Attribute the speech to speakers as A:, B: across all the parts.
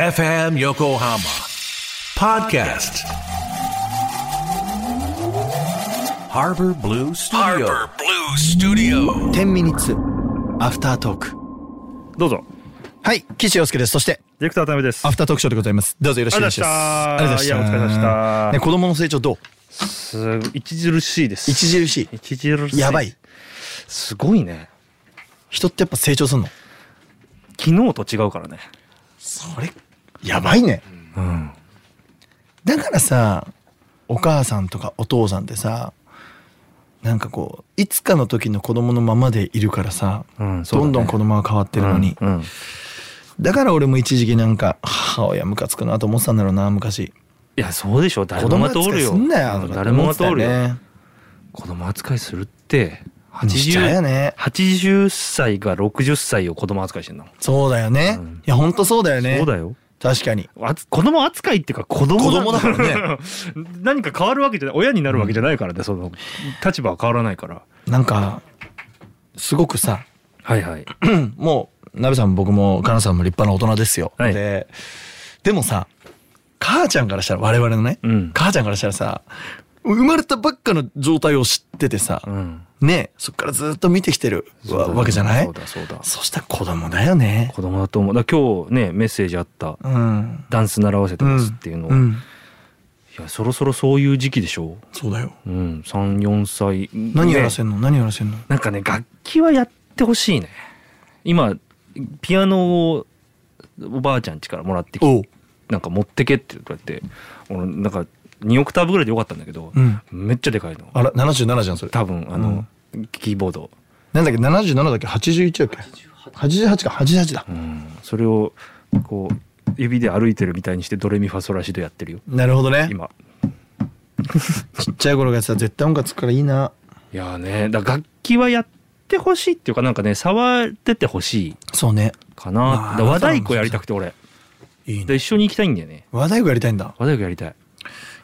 A: FM Yokohama Podcast Harbor Blue Studio
B: 10ミニッツアフタートーク
C: どうぞ。
B: はい岸洋介ですそして
C: ディレクター渡辺です。
B: アフタートークショーでございますどうぞよろしくお願いします
C: ありがとうございま
B: あ
C: した
B: りがとうござ
C: いやお疲れ様でした
B: ね子供の成長どう
C: すごい著しいです。
B: 著しい
C: 著しい。
B: やばい。
C: すごいね。
B: 人ってやっぱ成長するの
C: 昨日と違うからね。
B: それやばいね
C: うん。
B: だからさお母さんとかお父さんってさなんかこういつかの時の子供のままでいるからさ、
C: うんそうだ
B: ど
C: ね
B: んどん子供が変わってるのに、
C: うん。
B: だから俺も一時期なんか母親ムカつくなと思ってたんだろうな昔
C: いや、そうでしょ。誰もが通るよ。
B: 子供扱いすんなよと
C: うん
B: かって
C: 誰も
B: 思
C: が
B: って
C: 通
B: たよ
C: るよ。
B: ね
C: 子供扱いするって、
B: しちゃうよね
C: 80歳が60歳を子供扱いしてんの。
B: そうだよね、
C: うん
B: いやほんとそうだよね
C: そうだよ。
B: 確かに
C: あつ子供扱いっていうか子供
B: 子供だから
C: ね 何か変わるわけじゃない親になるわけじゃないからね、その立場は変わらないから
B: なんかすごくさ
C: はいはい
B: もう鍋さんも僕もかなさんも立派な大人ですよ、
C: はい
B: ででもさ母ちゃんからしたら我々のね、
C: うん
B: 母ちゃんからしたらさ生まれたばっかの状態を知っててさ、
C: うん
B: ねそっからずっと見てきてる
C: そうだ
B: わ,、
C: ね
B: けじゃない
C: そうだそうだ
B: そしたら子供だよね
C: 子供だと思うだから今日ねメッセージあった
B: うん
C: ダンス習わせてますっていうのを、
B: うん
C: いやそろそろそういう時期でしょ
B: そうだよ
C: う、うん、34歳
B: 何やらせ
C: ね
B: んの、何やらせんの
C: なんかね楽器はやってほしいね今ピアノをおばあちゃん家からもらってき
B: おう
C: なんか持ってけって言われて俺なんか2オクターブぐらいでよかったんだけど、
B: うん
C: めっちゃでかいの
B: あら77じゃんそれ
C: 多分あの、キーボード、
B: なんだっけ77だっけ81だっけ88か88だ、
C: うん、それをこう指で歩いてるみたいにしてドレミファソラシドやってるよ
B: なるほどね
C: 今
B: ちっちゃい頃がさ絶対音楽つくからいいない
C: やーねだから楽器はやってほしいっていうかなんかね触っててほしい
B: そうね
C: か
B: まあ
C: なだから和太鼓やりたくて俺
B: いい
C: で
B: ね
C: 一緒に行きたいんだよね
B: 和太鼓やりたいんだ
C: 和太鼓やりたい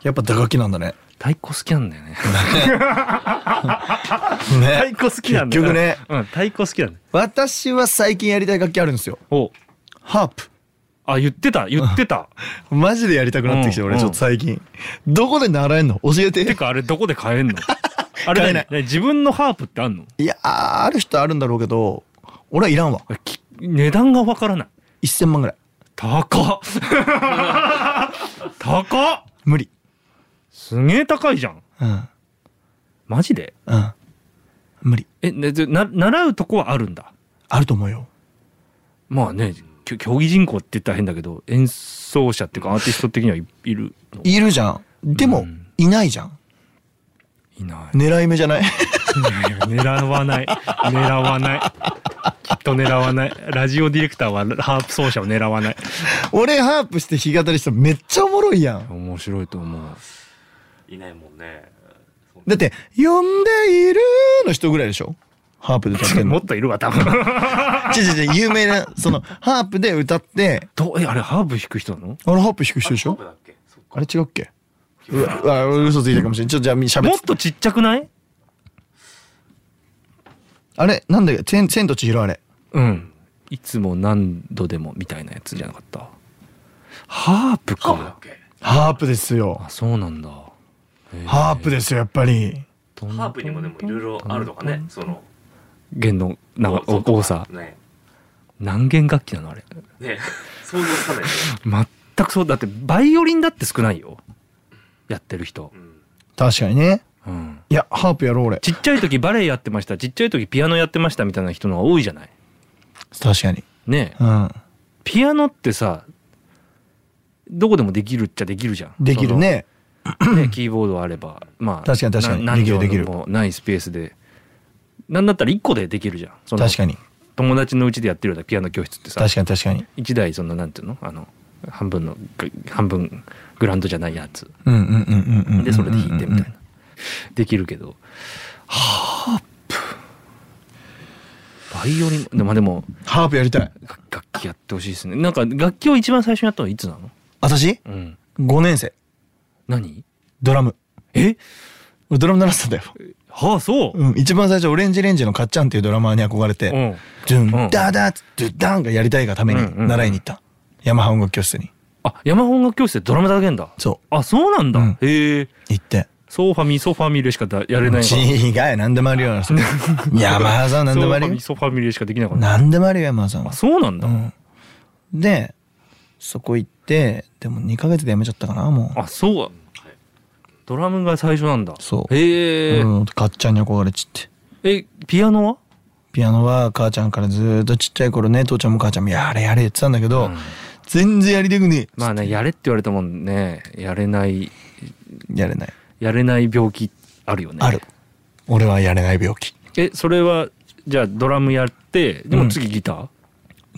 B: やっぱ打楽器なんだね
C: 太鼓好きなんだよね太
B: ね
C: 鼓好きなんだよ
B: 結局ね
C: うん太鼓好きなんだよ
B: 私は最近やりたい楽器あるんですよ
C: お
B: ハープ
C: あ言ってた言ってた
B: マジでやりたくなってきて、
C: うん
B: 俺ちょっと最近どこで習えんの教えて
C: てかあれどこで 買えんのあれ
B: 買え
C: 何
B: ない
C: 何自分のハープってあんの
B: いやーある人あるんだろうけど俺はいらんわ
C: あき値段がわからない
B: 1000万ぐらい
C: 高っ高っ
B: 無理
C: すげえ高いじゃん
B: うん
C: マジで
B: うん無理
C: えねでな習うとこはあるんだ
B: あると思うよ
C: まあねきょ競技人口って言ったら変だけど演奏者っていうかアーティスト的にはい、いるの
B: いるじゃんでも、
C: うん
B: いないじゃん
C: いない
B: 狙い目じゃない
C: いや狙わない狙わないきっと狙わないラジオディレクターはハープ奏者を狙わない
B: 俺ハープして弾き語りしたらめっちゃおもろいやん
C: 面白いと思う
D: いないもんね。
B: だって「呼んでいる」の人ぐらいでしょハープで歌ってん
C: も
B: の
C: っといるわ多分
B: ちょちょちょ有名なそのハープで歌って
C: どえあれハーブ弾く人なの
B: あのハープ弾く人でしょ
D: だっけそっか
B: あれ違うっけうわうわ俺嘘ついたかもしれんちょっとじゃあみしゃべっ
C: も
B: て
C: っとちっちゃくない
B: あれなんだっけ千千と千尋あれ
C: うんいつも何度でもみたいなやつじゃなかったハープ
D: ハーブだ
C: か
D: っけ
B: ハープですよ
C: あそうなんだ
B: ハープですよやっぱり
D: ハープにもでもいろいろあるのかね。その、
C: 弦のなんか
D: そうそう
C: 多さ
D: ね。
C: 何弦楽器なのあれ
D: ね。 想像つかないね。
C: 全くそうだってバイオリンだって少ないよやってる人
D: う、ん。
B: 確かにね
C: うん、
B: いやハープやろう俺
C: ちっちゃい時バレエやってましたちっちゃい時ピアノやってましたみたいな人の方が多いじゃない
B: 確かに
C: ねえ
B: うん
C: ピアノってさどこでもできるっちゃできるじゃん
B: できるね
C: そのねキーボードあればまあ
B: 確かに確かに
C: な何
B: できるできる
C: 畳もないスペースでなんだったら1個でできるじゃんその
B: 確かに
C: 友達のうちでやってるようなピアノ教室ってさ
B: 確かに確かに
C: 一台そのなんていうのあの半分のぐ半分グラウンドじゃないやつ
B: うんうんうんうんうんうんうん
C: でそれで弾いてみたい
B: うん
C: なできるけどハープバイオリンでもでも
B: ハープやりたい
C: 楽楽器やってほしいですねなんか楽器を一番最初にやったのいつなの
B: 私
C: うん
B: 5年生
C: 何
B: ドラム
C: え
B: 俺ドラム鳴らしてたんだよ
C: はあそう、
B: うん、一番最初オレンジレンジのかっちゃんっていうドラマーに憧れて、
C: うん
B: ドゥ
C: う
B: ン
C: ん
B: ダダッドゥダンがやりたいがため
C: うんうんう
B: に
C: ん
B: 習いに行った、ヤマハ音楽教室に
C: あ、山本音楽教室でドラム叩けんだ。
B: そ
C: あ、そうなんだ。
B: うん
C: へえ。
B: う行って
C: ソーファミ、ソーファミでしかだやれないから。
B: 違う何でもあるよな ヤマハさん何でもあ
C: ソーファ
B: るよ
C: ミソーファミでしかできなかった。
B: 何でもあるよヤマハさんは
C: あ、そうなんだ。
B: うん、でそこ行ってでも2ヶ月で辞めちゃったかなも
C: あ、そう。ドラムが最初なんだ。
B: そうう、
C: へえ。
B: うん、かっちゃんに憧れちって
C: え、ピアノは
B: ピアノは母ちゃんからずーっとちっちゃい頃ね父ちゃんも母ちゃんもやれやれ言ってたんだけど、
C: うん
B: 全然やりたくねえ、
C: まあね、やれって言われたもんね、やれない、
B: やれない
C: やれない病気あるよね。
B: ある俺はやれない病気
C: え、それは、じゃあドラムやって、でも次ギター、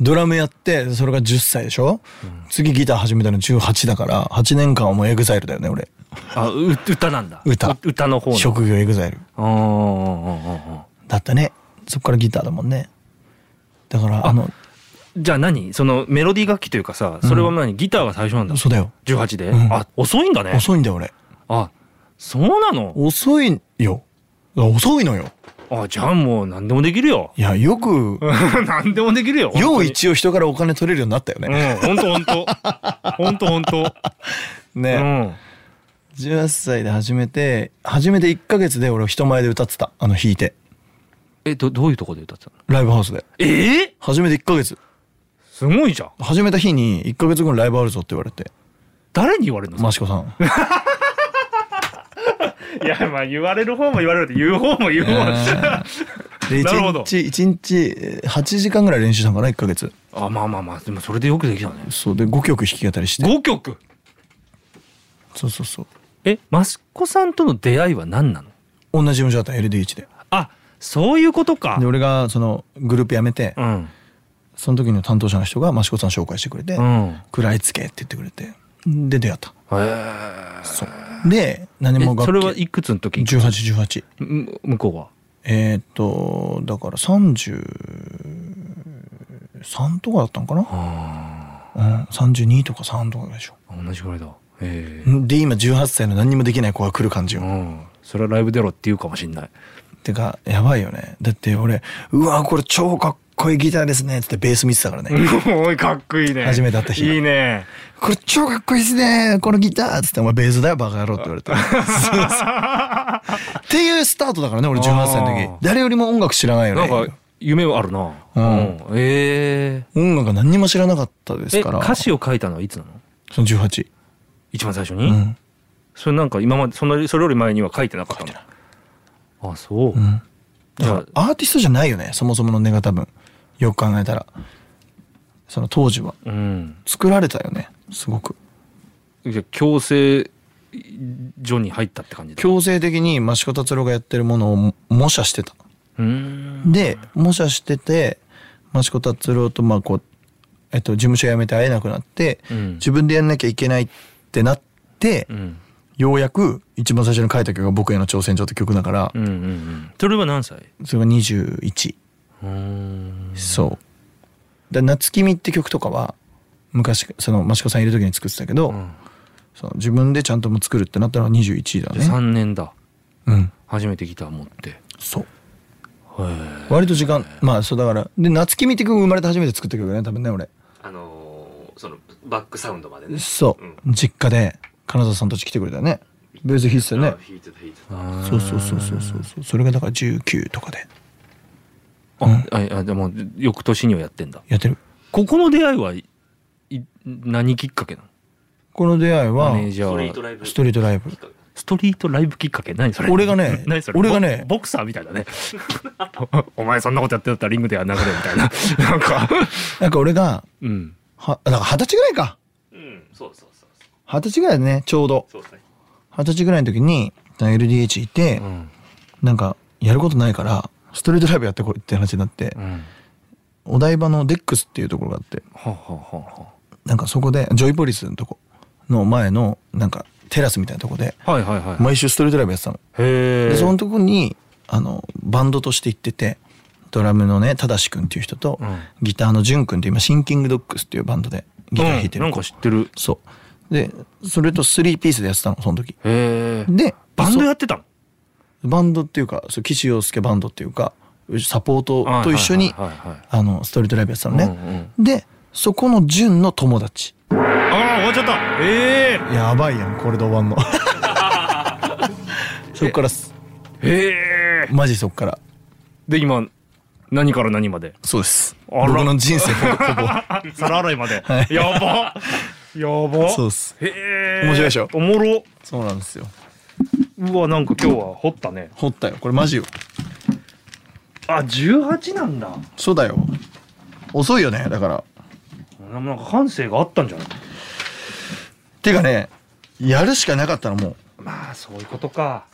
B: ドラムやってそれが10歳でしょ、次ギター始めたの18だから8年間はもうエグザイルだよね俺
C: あ、う歌なんだ。
B: 歌
C: う歌の方の。
B: 職業エグザイル
C: あーあーあーあ
B: だったねそっからギターだもんねだからあの
C: ーじゃあ何そのメロディー楽器というかさ、それは何、ギターが最初なんだ。
B: そうだよ
C: 18で、
B: うん
C: あ、遅いんだね。
B: 遅いんだよ俺
C: あ、そうなの
B: 遅いよ遅いのよ
C: あ、じゃあもう何でもできるよ。
B: いやよく
C: 何でもできるよ。
B: よう
C: 本
B: 一応人からお金取れるようになったよ
C: 当
B: ね、
C: にうん、ほんとほんと。ほんとほんと。う
B: ね、
C: ん。
B: 18歳で始めて初めて1ヶ月で俺人前で歌ってたあの弾いて
C: え、ど、どういうとこで歌ってたの
B: ライブハウスで
C: えー
B: 初めて1ヶ月
C: すごいじゃん。
B: 始めた日に1ヶ月後にライブあるぞって言われて
C: 誰に言われるの
B: 益子さ ん
C: いや、まあ言われる方も言われるって言う方も言う方も。
B: で
C: なるほど
B: 1日一日えー8時間ぐらい練習したのかな1ヶ月
C: あ、まあまあまあ、でもそれでよくできたね。
B: そうで5曲弾き語りして
C: 5曲
B: そうそうそう
C: え、マスコさんとの出会いは何なの
B: 同じ事務所だった LDH で
C: あ、そういうことか
B: で。俺がそのグループ辞めて
C: うん。
B: その時の担当者の人が益子さん紹介してくれて
C: うん。
B: 「食らいつけ」って言ってくれてで出会った
C: へえ。
B: そうで何も
C: え
B: 楽器
C: それはいくつの時
B: 1818
C: む向こうは。
B: えーっとだから33とかだったのかな、
C: あ
B: うん、32とか3とかでしょ
C: あ、同じぐらいだ。ええ
B: で今18歳の何にもできない子が来る感じよ、
C: うん。それはライブ出ろって言うかもしんない。
B: てかやばいよねだって俺「うわこれ超かっこいいギターですね」っつってベース見てたからね「
C: おい、かっこいいね
B: 初めて会った日
C: いいね。
B: これ超かっこいいですねこのギター」っつって「お前ベースだよバカ野郎」って言われ てそうそうっていうスタートだからね俺18歳
C: あ
B: の
C: ー
B: 時誰よりも音楽知らないよ
C: なん
B: ね
C: か、夢はあるな。
B: うん
C: うん。え
B: 音楽何にも知らなかったで
C: え。
B: す
C: え、
B: から
C: 歌詞を書いたのはいつなの
B: その18
C: 一番最初
B: う
C: に、
B: ん
C: それなんか今までそのそれより前には書いてなかったのあそう、
B: うん
C: じゃあ
B: アーティストじゃないよねそもそもの根が多分よく考えたらその当時は
C: うん
B: 作られたよねすごく
C: じゃあ強制所に入ったって感じだ
B: 強制的に益子達郎がやってるものをも模写してた
C: うーん
B: で模写してて益子達郎とまあこう、えっと、事務所辞めて会えなくなって、
C: うん
B: 自分でやんなきゃいけないってなって、
C: うん
B: ようやく一番最初に書いた曲が「僕への挑戦状」って曲だから、
C: うんうんうんそれは何歳
B: それが21、
C: うーん
B: そうだ夏君って曲とかは昔その益子さんいる時に作ってたけど、
C: うん
B: その自分でちゃんとも作るってなったのは21だ
C: じゃあ
B: ね
C: 3年だ
B: うん
C: 初めてギター持ってへ
B: そう
C: え
B: 割と時間まあそうだからで夏君って曲生まれて初めて作った曲だね多分ね俺
D: あのーそのバックサウンドまでね
B: そう、実家で金沢さんたち来てくれたよねベース弾いてたよね
D: あ弾いてた弾いてた
B: そうそうそうそうそうそうそれがだから19とかで
C: あ、ああでも翌年にはやってんだ
B: やってる
C: ここの出会いはい何きっかけなの
B: この出会いは
C: マネージャ
D: ストリー
C: ー
D: ト
C: は
D: ライブ
B: ストリートライブ
D: きっかけ
C: ストリートライブきっかけ何それ
B: 俺がね
C: 何それ
B: 俺がね
C: ボボクサーみたいだね お前そんなことやってたらリングでは流れみたいななん か
B: なんか俺が
C: うん
B: はだから二十歳ぐらいか
D: うんそうそうそうそう
B: 二十歳ぐらいだねちょうど
D: そうですね
B: 二十歳ぐらいの時に LDH いて、
C: うん
B: なんかやることないからストリートライブやってこいって話になって
C: う、ん
B: お台場のデックスっていうところがあって
C: はあはあは
B: なんかそこでジョイポリスのとこの前のなんかテラスみたいなとこで
C: あはあはいはいはい、
B: 毎週ストリートライブやってたの。
C: へ
B: で
C: え
B: そのとこにあのバンドとして行っててドラムのねただし君っていう人と、
C: うん
B: ギターのじゅん君って今シンキングドックスっていうバンドでギター弾いてる、
C: うん、なんか知ってる
B: そうでそれと3ピースでやってたのその時
C: へえ
B: で
C: バンド
B: そ
C: やってたの
B: バンドっていうかそう岸洋介バンドっていうかサポートと一緒に
C: はいはいはいはいはい
B: あのストリートライブやってたのね、
C: うん
B: でそこの純の友達
C: ああ終わっちゃったえ
B: やばいやんこれで終わ んのそっからっす
C: えええ
B: マジそっから
C: で今何から何まで
B: そうです
C: あら
B: 僕の人生ほぼ ほぼ
C: 皿洗い まで、やばやば
B: そうっす
C: へえ
B: 面白いでしょ
C: おもろ
B: そうなんですよ
C: うわなんか今日は掘ったね
B: 掘ったよこれマジよ
C: あ18なんだ
B: そうだよ遅いよねだから
C: なんか感性があったんじゃない
B: てかねやるしかなかったのもう
C: まあそういうことか